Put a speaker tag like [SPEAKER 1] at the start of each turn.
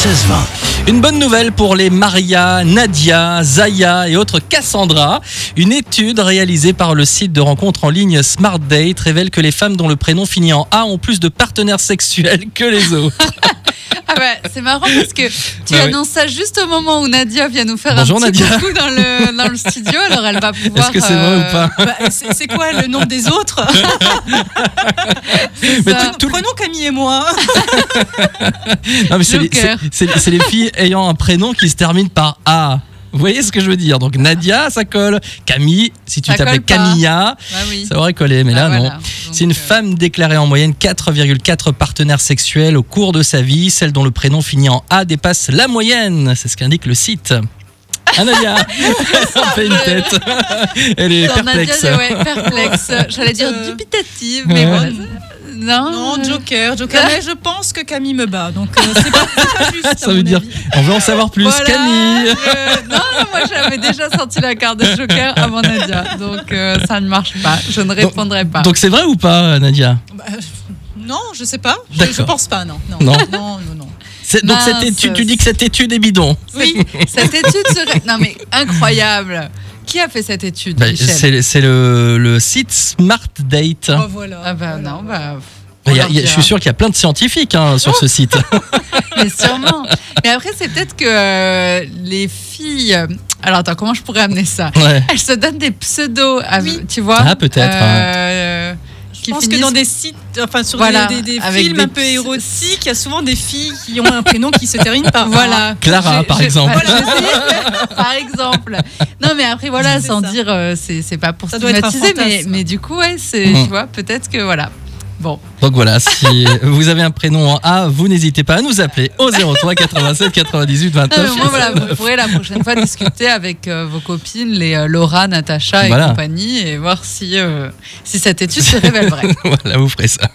[SPEAKER 1] 16-20. Une bonne nouvelle pour les Maria, Nadia, Zaya et autres Cassandra. Une étude réalisée par le site de rencontre en ligne Smart Date révèle que les femmes dont le prénom finit en A ont plus de partenaires sexuels que les autres.
[SPEAKER 2] Ah bah, c'est marrant parce que tu
[SPEAKER 1] Bah oui.
[SPEAKER 2] annonces ça juste au moment où Nadia vient nous faire
[SPEAKER 1] Bonjour,
[SPEAKER 2] un petit
[SPEAKER 1] Nadia.
[SPEAKER 2] coucou dans le, dans le studio, alors elle va pouvoir. euh,
[SPEAKER 1] Est-ce que c'est vrai ou pas
[SPEAKER 3] Bah, c'est c'est quoi le nom des autres
[SPEAKER 1] Mais
[SPEAKER 2] ça.
[SPEAKER 1] tout- tout le-
[SPEAKER 3] Prenons Camille et moi.
[SPEAKER 1] Non, mais c'est les,
[SPEAKER 2] Joker.
[SPEAKER 1] c'est- c'est- c'est les filles ayant un prénom qui se termine par A. Vous voyez ce que je veux dire Donc Nadia, ça colle. Camille, si tu
[SPEAKER 2] Ça
[SPEAKER 1] t'appelais
[SPEAKER 2] colle pas.
[SPEAKER 1] Camilla,
[SPEAKER 2] Bah oui.
[SPEAKER 1] ça aurait collé, mais là,
[SPEAKER 2] Ah,
[SPEAKER 1] non.
[SPEAKER 2] voilà. Donc,
[SPEAKER 1] Si une
[SPEAKER 2] euh,
[SPEAKER 1] femme déclarait en moyenne 4,4 partenaires sexuels au cours de sa vie, celle dont le prénom finit en A dépasse la moyenne, c'est ce qu'indique le site. Ah, Nadia Ça fait une tête Elle est
[SPEAKER 2] dans Nadia,
[SPEAKER 1] perplexe.
[SPEAKER 2] j'ai- ouais, perplexe. J'allais dire
[SPEAKER 3] Euh,
[SPEAKER 2] dubitative,
[SPEAKER 1] ouais.
[SPEAKER 2] mais voilà. Non.
[SPEAKER 3] Non,
[SPEAKER 2] euh,
[SPEAKER 3] Joker, Joker. Mais je pense que Camille me bat, donc euh, c'est pas, c'est pas juste. à
[SPEAKER 1] Ça veut
[SPEAKER 3] mon
[SPEAKER 1] dire-
[SPEAKER 3] avis.
[SPEAKER 1] On veut en savoir plus,
[SPEAKER 2] voilà,
[SPEAKER 1] Camille
[SPEAKER 2] je- Non, non, moi j'avais déjà sorti la carte de Joker à mon Nadia, donc euh, ça ne marche pas. Je ne répondrai pas.
[SPEAKER 1] Donc c'est vrai ou pas, Nadia
[SPEAKER 3] Bah, euh, non, je sais pas. Je,
[SPEAKER 1] D'accord.
[SPEAKER 3] je pense pas, non. Non,
[SPEAKER 1] Non.
[SPEAKER 3] non, non. non.
[SPEAKER 1] C'est- Donc cette
[SPEAKER 2] Mince.
[SPEAKER 1] étude, tu dis que cette étude est bidon
[SPEAKER 2] Oui, cette étude serait. Non, mais incroyable. Qui a fait cette étude,
[SPEAKER 1] Bah,
[SPEAKER 2] Michel
[SPEAKER 1] C'est c'est le, le site Smart Date.
[SPEAKER 3] Oh, voilà.
[SPEAKER 2] Ah, bah
[SPEAKER 3] voilà.
[SPEAKER 2] non, bah. pff,
[SPEAKER 1] Bah,
[SPEAKER 2] on
[SPEAKER 1] y a-
[SPEAKER 2] leur
[SPEAKER 1] y a- je suis
[SPEAKER 2] dira.
[SPEAKER 1] sûr qu'il y a plein de scientifiques hein, sur ce site.
[SPEAKER 2] Mais sûrement. Mais après, c'est peut-être que euh, les filles. euh, Alors, attends, comment je pourrais amener ça
[SPEAKER 1] Ouais.
[SPEAKER 2] Elles se donnent des pseudos, à-
[SPEAKER 3] Oui.
[SPEAKER 2] tu vois
[SPEAKER 1] Ah, peut-être,
[SPEAKER 2] Euh,
[SPEAKER 3] Je
[SPEAKER 2] qui
[SPEAKER 3] pense que
[SPEAKER 2] finissent-
[SPEAKER 3] dans des sites, enfin sur
[SPEAKER 2] Voilà,
[SPEAKER 3] des, des- des
[SPEAKER 2] avec
[SPEAKER 3] films
[SPEAKER 2] des
[SPEAKER 3] un peu
[SPEAKER 2] petits-
[SPEAKER 3] érotiques, il y a souvent des filles qui ont un prénom qui se termine par.
[SPEAKER 2] Voilà.
[SPEAKER 1] Clara,
[SPEAKER 2] J'ai-
[SPEAKER 1] par
[SPEAKER 2] j'ai-
[SPEAKER 1] exemple.
[SPEAKER 2] voilà, j'ai- par exemple. Non, mais après, voilà,
[SPEAKER 3] C'est
[SPEAKER 2] sans
[SPEAKER 3] ça.
[SPEAKER 2] dire, euh, c'est c'est pas pour
[SPEAKER 3] Ça doit être un
[SPEAKER 2] stigmatiser, mais,
[SPEAKER 3] fantasme.
[SPEAKER 2] mais du coup, ouais, c'est-
[SPEAKER 1] Mhm.
[SPEAKER 2] tu vois, peut-être que voilà. Bon,
[SPEAKER 1] Donc voilà, si vous avez un prénom en A, vous n'hésitez pas à nous appeler au 03 87 98
[SPEAKER 2] Non,
[SPEAKER 1] 29.
[SPEAKER 2] mais au moins, Euh, voilà, vous pourrez la prochaine fois discuter avec euh, vos copines, les euh, Laura, Natacha et
[SPEAKER 1] Voilà.
[SPEAKER 2] compagnie, et voir si, euh, si cette étude se révèle vraie.
[SPEAKER 1] voilà, vous ferez ça.